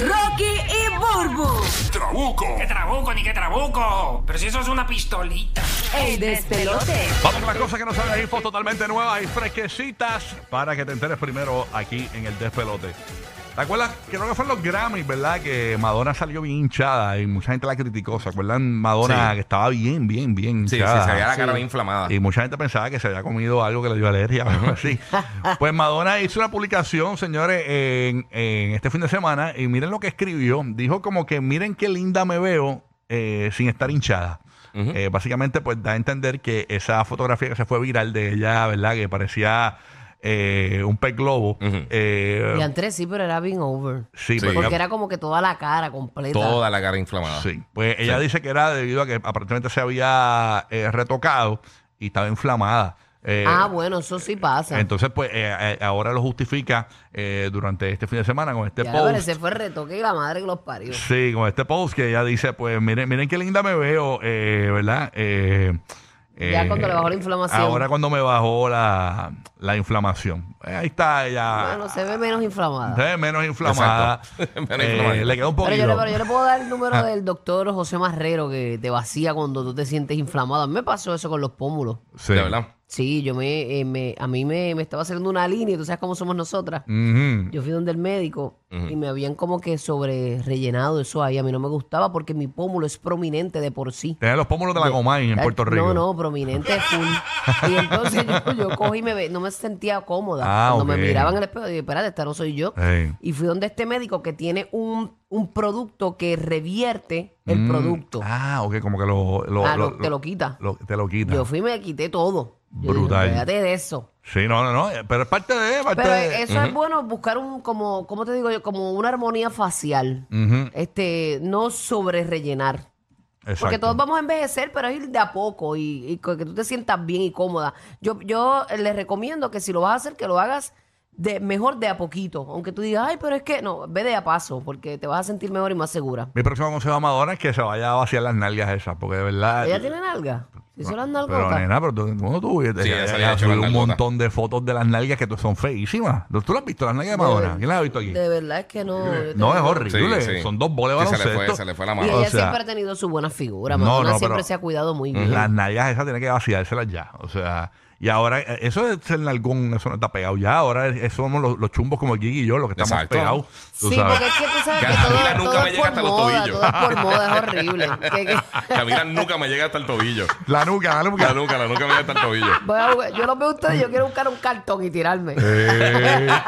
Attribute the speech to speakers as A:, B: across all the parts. A: Rocky y Burbu.
B: Trabuco.
C: ¡Qué trabuco, ni qué trabuco! Pero si eso es una pistolita.
A: El despelote.
B: Vamos con las cosas que nos salen info totalmente nuevas y fresquecitas para que te enteres primero aquí en el despelote. ¿Te acuerdas? Creo que fueron los Grammys, ¿verdad? Que Madonna salió bien hinchada y mucha gente la criticó. ¿Se acuerdan? Madonna
D: Sí.
B: que estaba bien, bien, bien
D: Sí, sí,
B: hinchada.
D: se veía la cara bien inflamada.
B: Y mucha gente pensaba que se había comido algo que le dio alergia o algo así. Pues Madonna hizo una publicación, señores, en, en este fin de semana y miren lo que escribió. Dijo como que miren qué linda me veo eh, sin estar hinchada. Eh, básicamente, pues da a entender que esa fotografía que se fue viral de ella, ¿verdad? Que parecía eh, un pez globo. eh,
E: Y antes sí, pero era bien over.
B: sí,
D: Sí.
B: pues, pero-
E: Porque era como que toda la cara completa.
D: Toda la cara inflamada.
B: Sí. Pues ella dice que era debido a que aparentemente se había eh, retocado y estaba inflamada. Eh,
E: ah, bueno, eso sí pasa.
B: Entonces, pues eh, eh, ahora lo justifica eh, durante este fin de semana con este
E: ya,
B: post.
E: pero ese fue el retoque y la madre que los parió.
B: Sí, con este post que ella dice, pues miren, miren qué linda me veo, eh, ¿verdad? Eh,
E: Ya cuando le bajó la inflamación.
B: Ahora cuando me bajó la, la inflamación. Eh, ahí está ella.
E: Bueno, se ve menos inflamada.
B: Se ve menos inflamada.
D: Exacto. Menos
B: Eh,
D: inflamada.
B: le queda un
E: Pero
B: poquito.
E: yo, le, pero yo le puedo dar el número
B: Ah.
E: del doctor José Marrero que te vacía cuando tú te sientes inflamado. A mí me pasó eso con los pómulos.
B: Sí.
D: De verdad.
E: Sí, yo me, eh, me- a mí me, me estaba haciendo una línea, tú sabes cómo somos nosotras.
B: Ujú.
E: Yo fui donde el médico y me habían como que sobre rellenado eso ahí. A mí no me gustaba porque mi pómulo es prominente de por sí.
B: Tenía los pómulos de la Comay en
E: Ay,
B: Puerto Rico.
E: Eh, No, no, prominente full. Y entonces yo, yo cogí y me, ve- no me sentía cómoda.
B: Ah,
E: Cuando
B: ok.
E: me miraban al espejo, dije, espérate, esta no soy yo.
B: Ey.
E: Y fui donde este médico que tiene un, un producto que revierte el
B: Mm.
E: producto.
B: Ah, ok, como que lo, lo-
E: Ah,
B: lo-
E: lo- te lo quita.
B: lo- te lo quita.
E: Yo fui y me quité todo. Yo
B: Brutal.
E: dije, "Espérate de eso.
B: Sí, no, no, no. eh, Pero es parte de. Parte
E: Pero
B: de-
E: eso es bueno, buscar un, como, ¿cómo te digo yo? Como una armonía facial.
B: Ujú,
E: Este, no sobre rellenar. Porque
B: exacto.
E: todos vamos a envejecer, pero es ir de a poco y, y co- que tú te sientas bien y cómoda. Yo, yo eh, les recomiendo que si lo vas a hacer, que lo hagas de mejor de a poquito. Aunque tú digas, ay, pero es que no, ve de a paso, porque te vas a sentir mejor y más segura.
B: Mi próximo consejo a Madonna es que se vaya a vaciar las nalgas esas, porque de verdad.
E: ¿Ella tiene nalga? Si son las
B: Ah, eh, Pero
E: nalgotas.
B: nena, pero tú, ¿cómo tú viste?
D: Sí,
B: Ella-
D: ya se
B: ella
D: había hecho
B: subió
D: las
B: un
D: nalgotas.
B: montón de fotos de las nalgas que tú- son feísimas. ¿Tú tú las has visto, las nalgas de Madonna? ¿Quién las ha visto aquí?
E: De verdad es que no. yo
B: No,
E: te-
B: es horrible.
D: Sí, sí.
B: Son dos bolas de
D: Sí, se le fue-
B: baloncesto.
D: se le fue la
E: Y
D: mano.
E: ella
B: O sea,
E: siempre ha tenido su buena figura.
B: No,
E: Madonna
B: no,
E: siempre
B: pero-
E: se ha cuidado muy bien.
B: Las nalgas esas tienen que vaciárselas ya. O sea, y ahora, eh, eso es el nalgón, eso no está pegado ya. Ahora es- es- somos los, los chumbos como el Gigi y yo, los que estamos
D: Exacto.
B: pegados. tú
E: Sí,
B: sabes.
E: porque es que tú sabes
D: Que
E: que
D: a
E: todo,
D: Camila nunca
E: todo
D: me
E: es
D: llega
E: por
D: hasta los
E: moda,
D: tobillos.
E: todo es por moda, es horrible. Que- que-
D: Camila nunca me llega hasta el tobillo.
B: La nuca, la
D: La
B: nuca.
D: nuca, la nuca me llega hasta el tobillo.
E: Voy a jugar- yo los veo a ustedes, yo quiero buscar un cartón y tirarme.
B: Eh.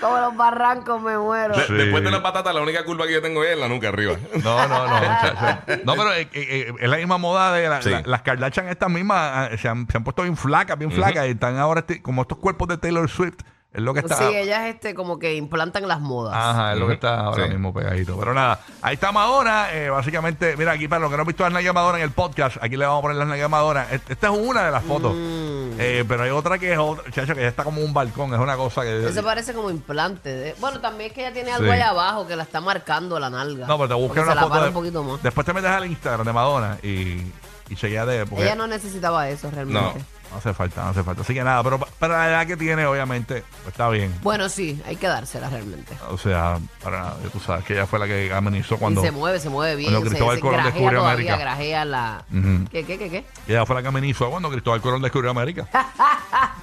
E: Como los barrancos me muero.
D: De-
B: Sí.
D: Después de las patatas, la única curva que yo tengo es la nuca arriba.
B: No, no, no. o sea, o sea, no, pero eh, eh, eh, es la misma moda de la-
D: Sí.
B: la- las Kardashian estas mismas eh, se han, se han puesto bien flacas, bien flacas y están ahora este- como estos cuerpos de Taylor Swift. Es lo que está.
E: Sí, ellas este, como que implantan las modas.
B: Ajá, es lo que está ahora
D: Sí.
B: mismo pegadito. Pero nada, ahí está Madonna. eh, básicamente, mira, aquí para los que no han visto las nalgas de Madonna en el podcast, aquí le vamos a poner las nalgas de Madonna. Est- Esta es una de las fotos.
E: Mm.
B: Eh, pero hay otra que es otra, chacho, que ya está como un balcón. Es una cosa que.
E: Eso parece como implante. de- Bueno, también es que ella tiene algo
B: Sí.
E: allá abajo que la está marcando la nalga.
B: No, pero te busqué
E: Porque
B: una
E: se la
B: foto.
E: para
B: de-
E: un poquito más.
B: Después te metes al Instagram de Madonna y, y chequea de. porque-
E: Ella no necesitaba eso realmente.
D: No.
B: No hace falta, no hace falta. Así que nada, pero pa- para la edad que tiene, obviamente, pues está bien.
E: Bueno, sí, hay que dársela realmente.
B: O sea, para nada, tú sabes que ella fue la que amenizó
E: Y
B: cuando.
E: se mueve, se mueve bien.
B: cuando
E: se-
B: Cristóbal
E: se
B: Colón
E: grajea
B: descubrió
E: todavía,
B: América.
E: grajea la... ¿Qué, qué, qué, qué?
B: Ella fue la que amenizó cuando Cristóbal Colón descubrió América.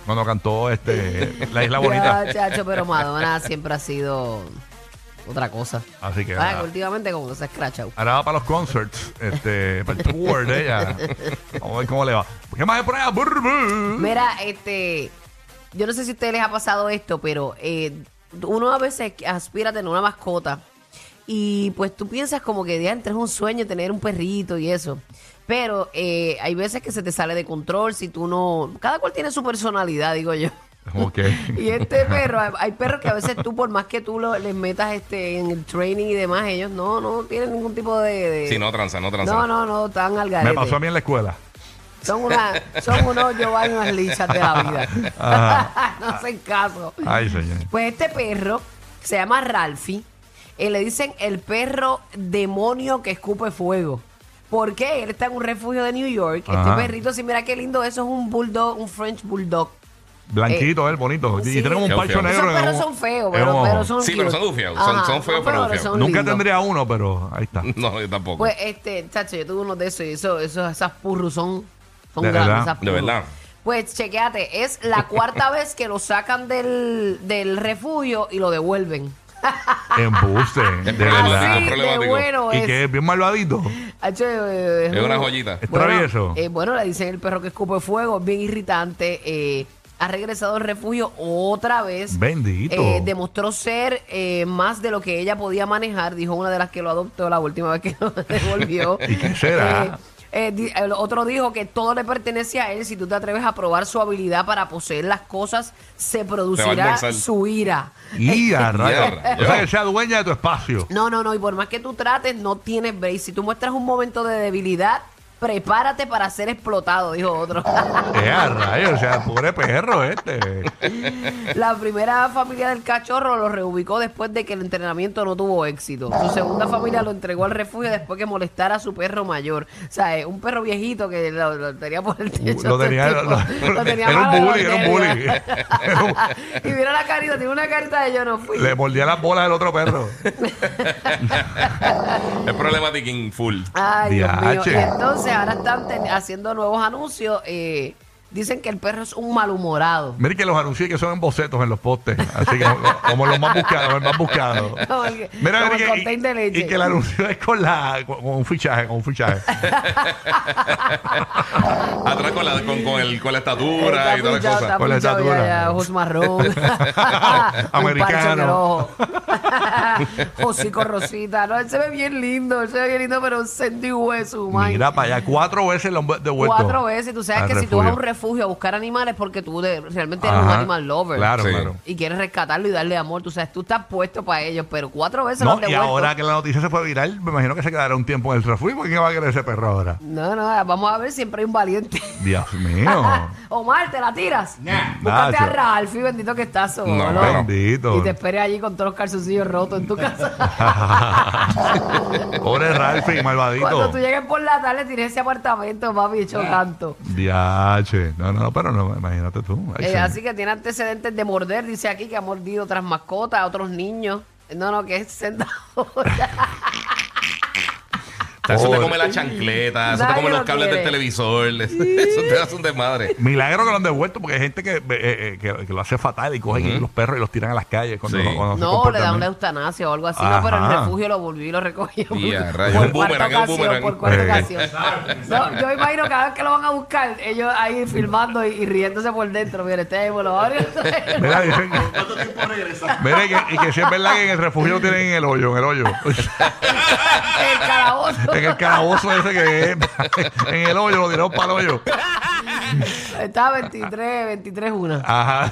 B: cuando cantó este La Isla Bonita.
E: Ya, chacho, pero Madonna siempre ha sido otra cosa.
B: Así que.
E: Ah,
B: nada.
E: que últimamente como que se ha escrachado.
B: Ahora va para los concerts, este, para el tour de ella. Vamos a ver cómo le va. ¿Qué más es por allá? Brr, brr.
E: Mira, este, yo no sé si a ustedes les ha pasado esto, pero eh, uno a veces aspira a tener una mascota y pues tú piensas como que diantre es un sueño tener un perrito y eso. Pero eh, hay veces que se te sale de control si tú no... Cada cual tiene su personalidad, digo yo.
B: Ok.
E: Y este perro, hay- hay perros que a veces tú, por más que tú lo- les metas este en el training y demás, ellos no, no tienen ningún tipo de... de-
D: Sí, no tranza, no tranza.
E: no, no, no, están al
B: Me
E: garete.
B: pasó a mí en la escuela.
E: Son, una, son unos Giovanni unas lichas de la vida. no hacen caso.
B: Ay, señor.
E: Pues este perro se llama Ralphie. eh, le dicen el perro demonio que escupe fuego. Porque él está en un refugio de New York.
B: Ajá.
E: Este perrito, sí, mira qué lindo. Eso es un bulldog, un French bulldog.
B: Blanquito, él, bonito. Y-
E: sí.
B: Y tenemos
D: Qué
B: un parcho
D: feo.
B: negro.
E: Esos
B: en
E: perros
B: un-
E: son feos,
B: en
E: pero,
B: un
E: pero
B: ojo.
E: son
D: Sí, pero son
E: cute.
D: gufiados, son-
E: Ajá,
D: son feos, pero gufiados.
E: son
B: Nunca
E: lindos.
B: tendría uno, pero ahí está.
D: No, yo tampoco.
E: Pues este, chacho, yo tuve uno de esos y eso, eso- esas purrus son, son
B: De
E: grandes.
B: verdad.
E: esas
D: De
E: purrus.
D: verdad.
E: Pues chequeate, es la cuarta vez que lo sacan del, del refugio y lo devuelven.
B: Embuste, de
D: Es problemático,
B: verdad.
D: es
E: Así de
D: Ah, problemático.
E: bueno
B: Y
E: Ah, es.
B: que es bien malvadito.
E: Hacho, eh,
D: Es una
E: rudo.
D: joyita.
B: Es
E: Bueno,
B: travieso.
E: eh, bueno, le dicen el perro que escupe fuego, es bien irritante. eh, ha regresado al refugio otra vez.
B: Bendito.
E: Eh, demostró ser eh, más de lo que ella podía manejar, dijo una de las que lo adoptó la última vez que lo devolvió.
B: ¿Y qué será?
E: Eh, eh, di- el otro dijo que todo le pertenece a él. Si tú te atreves a probar su habilidad para poseer las cosas, se producirá
D: almorzar.
E: su ira.
B: Y a rayos.
D: Ya,
B: O sea,
D: ya.
B: que sea dueña de tu espacio.
E: No, no, no. Y por más que tú trates, no tienes break. Si tú muestras un momento de debilidad, prepárate para ser explotado, dijo otro.
B: Es Eh, a rayos. O sea, pobre perro este.
E: La primera familia del cachorro lo reubicó después de que el entrenamiento no tuvo éxito. Su segunda familia lo entregó al refugio después que molestara a su perro mayor. O sea, eh, un perro viejito que lo, lo tenía por el techo.
B: Lo tenía,
E: este tipo.
B: lo-
E: Lo tenía
B: era
E: mal
B: un
E: de
B: bully, era un bully.
E: nervios. y mira la carita, tiene una carita de yo no fui.
B: Le mordía las bolas del otro perro.
D: Es problemático full.
E: Ay, Dios mío.
B: Diache.
E: Y entonces ahora están ten- haciendo nuevos anuncios. eh, dicen que el perro es un malhumorado.
B: Miren que los anuncié que son en bocetos en los postes. Así que como- como los más buscados, el más buscado.
E: Como el que-
B: Mira,
E: como el
B: mira, que,
E: contain de
B: y,
E: leche.
B: y que el anuncio es con la con, con un fichaje, con un fichaje.
D: Atrás con la, con, con el, con la estatura
E: Está
D: y todas las
E: pinchado,
D: cosas.
E: está
B: Con la
E: pinchado, ya,
B: estatura.
E: ya, ojos marrón. Un parche en el
B: Americano.
E: ojo. Hocico rosita. No, él se ve bien lindo, él se ve bien lindo, pero un hueso, man.
B: Mira para allá, cuatro veces lo han vu- devuelto.
E: Cuatro veces. Tú sabes
B: al
E: que si tú vas a un
B: refugio.
E: refugio a buscar animales porque tú de- realmente eres un
B: Ajá.
E: animal lover.
B: Claro,
D: Sí.
B: claro.
E: Y quieres rescatarlo y darle amor. Tú sabes, tú estás puesto para ellos, pero cuatro veces lo
B: No,
E: han
B: y
E: devuelto.
B: ahora que la noticia se fue viral, me imagino que se quedará un tiempo en el refugio. ¿Por qué va a querer ese perro ahora?
E: No, no, vamos a ver, siempre hay un valiente.
B: Dios mío.
E: Omar, ¿te la tiras?
C: Nah.
E: Búscate a
B: Nacho.
E: Ralfi, bendito que estás solo.
D: No,
B: bendito.
E: Y te esperé allí con todos los calzoncillos rotos en tu casa.
B: Pobre Ralphie,
E: Cuando
B: malvadito.
E: tú llegues por la tarde, tienes ese apartamento, papi, hecho tanto.
B: Diache. No, no, pero no, imagínate tú. Ay,
E: Eh,
B: sí.
E: así que tiene antecedentes de morder, dice aquí que ha mordido otras mascotas, a otros niños. No, no, que es sentado.
D: Eso te
B: Pobre.
D: come la chancleta, eso te
E: Nadie
D: come los
E: lo
D: cables del
E: quiere.
D: televisor. Eso te hace un desmadre.
B: Milagro que lo han devuelto porque hay gente que, eh, eh, que, que lo hace fatal y cogen los perros y los tiran a las calles cuando,
D: Sí.
B: no- cuando se
E: no,
B: comportan
E: le da una
B: bien.
E: eutanasia o algo así, no, pero el
B: Ajá.
E: refugio lo volvió y lo recogió. por-
D: Ya, rayos.
E: por
D: Un boomerang,
E: cuarta
D: es un
E: ocasión,
D: boomerang.
E: Por cuarta
B: Eh.
E: ocasión. No, yo imagino cada vez que lo van a buscar, ellos ahí filmando y, y riéndose por dentro. Mira, este es lo
B: Mira, dicen que- Mira, y que, y que si es verdad que en el refugio lo tienen en el hoyo, en el hoyo.
E: El calabozo.
B: en el calabozo ese que es. en el hoyo, lo tiraron para el hoyo.
E: Estaba 23, 23 una.
B: Ajá.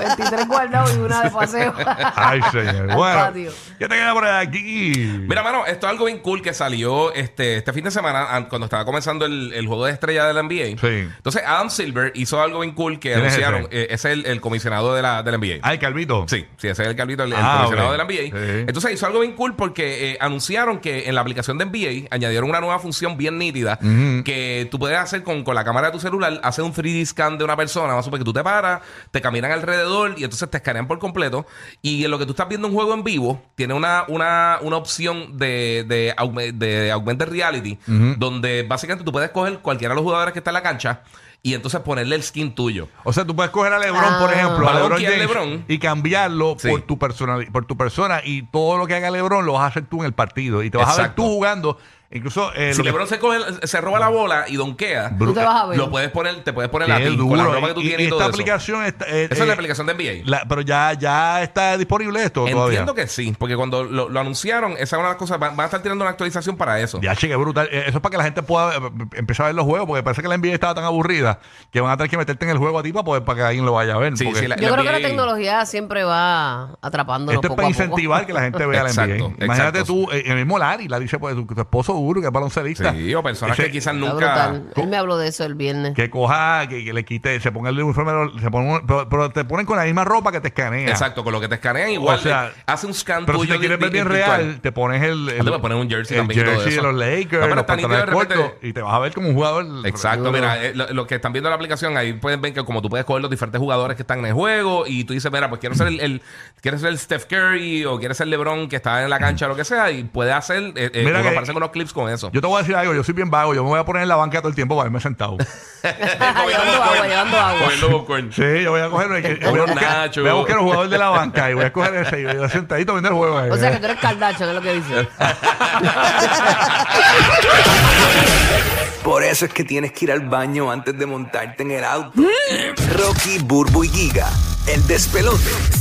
E: 23 guardados y una de paseo.
B: Ay, señor.
E: Al
B: Bueno,
E: patio.
B: ¿qué te queda por aquí?
D: Mira, mano, esto es algo bien cool que salió este, este fin de semana an- cuando estaba comenzando el, el juego de estrella de la NBA.
B: Sí.
D: Entonces, Adam Silver hizo algo bien cool que
B: ¿Quién es ese?
D: anunciaron. Eh, es el, el comisionado de la, de la NBA.
B: Ay, Calvito.
D: Sí, sí, ese es el Carlito, el, el
B: Ah,
D: comisionado de
B: ok.
D: la NBA.
B: Sí.
D: Entonces hizo algo bien cool porque eh, anunciaron que en la aplicación de NBA añadieron una nueva función bien nítida que tú puedes hacer con, con la cámara de tu celular, hacer un 3D scan de una persona, más o menos que tú te paras, te caminan alrededor y entonces te escanean por completo. Y en lo que tú estás viendo un juego en vivo, tiene una, una, una opción de, de, aume- de augmented reality, donde básicamente tú puedes coger cualquiera de los jugadores que está en la cancha y entonces ponerle el skin tuyo.
B: O sea, tú puedes coger a LeBron, por
E: Ah.
B: ejemplo, a
D: Malone
B: LeBron,
D: quiere
B: James,
D: LeBron.
B: y cambiarlo
D: Sí.
B: por tu personal, por tu persona y todo lo que haga LeBron lo vas a hacer tú en el partido y te vas a ver
D: Exacto.
B: tú jugando. Incluso eh,
D: Si
B: lo que-
D: LeBron se, coge- se roba la bola y donkea,
E: Tú te vas a ver.
D: Lo puedes poner, te puedes poner
B: que
D: a
B: es
D: ti
B: duro.
D: con la ropa que tú
B: Y- y
D: tienes y, todo
B: esta
D: eso.
B: aplicación está, eh,
D: Esa es
B: eh,
D: la aplicación de NBA.
B: la- pero ya ya está disponible esto todavía.
D: Entiendo que sí, porque cuando lo, lo anunciaron, esa es una de las cosas. Van, van a estar tirando una actualización para eso.
B: Ya, che, qué brutal. Eh, Eso es para que la gente pueda eh, empezar a ver los juegos, porque parece que la NBA estaba tan aburrida que van a tener que meterte en el juego a ti para poder para que alguien lo vaya a ver.
D: Sí,
B: porque
D: sí, la-
E: Yo creo que la
D: NBA.
E: tecnología siempre va atrapándonos
B: Esto es
E: poco
B: para
E: a poco.
B: incentivar que la gente vea la NBA.
D: Exacto,
B: Imagínate
D: exacto.
B: tú, eh, el mismo Larry, Larry dice, pues tu, tu esposo seguro que es baloncelista.
D: Sí, o personas
B: Ese-
D: que quizás
E: Está
D: nunca.
E: brutal. Él me habló de eso el viernes.
B: Que coja, que, que le quite, se ponga el uniforme, se pone un- pero, pero te ponen con la misma ropa que te escanea.
D: Exacto, con lo que te escanean igual.
B: O sea,
D: le- hace un scan
B: Pero si
D: tuyo
B: te quieres
D: di-
B: ver bien
D: virtual. Ah,
B: real, te pones el, el,
D: te voy a poner un jersey
B: el
D: también y todo
B: jersey de
D: eso.
B: los
D: No,
B: Lakers,
D: pero
B: los
D: está nítido
B: pantalones
D: de repente-
B: cortos, y te vas a ver como un jugador.
D: Exacto, mira, eh, lo- los que están viendo la aplicación ahí pueden ver que como tú puedes coger los diferentes jugadores que están en el juego y tú dices, mira, pues quiero ser el, el- quiero ser el Steph Curry o quiero ser LeBron que está en la cancha o lo que sea y puedes hacer, eh, eh,
B: Mira
D: uno
B: que-
D: aparece con unos clips con eso.
B: Yo te voy a decir algo, yo soy bien vago, yo me voy a poner en la banca todo el tiempo para verme sentado.
E: llevando agua, llevando agua.
D: Cogiendo popcorn.
B: Sí, yo voy a coger el que- voy a
D: Unos
B: buscar,
D: nachos.
B: voy a buscar un jugador de la banca y voy a coger ese y voy a sentadito viendo el juego. ahí. ¿eh?
E: O sea que tú eres caldacho, ¿no es lo que dices?
F: Por eso es que tienes que ir al baño antes de montarte en el auto. Rocky, Burbu y Giga, el despelote.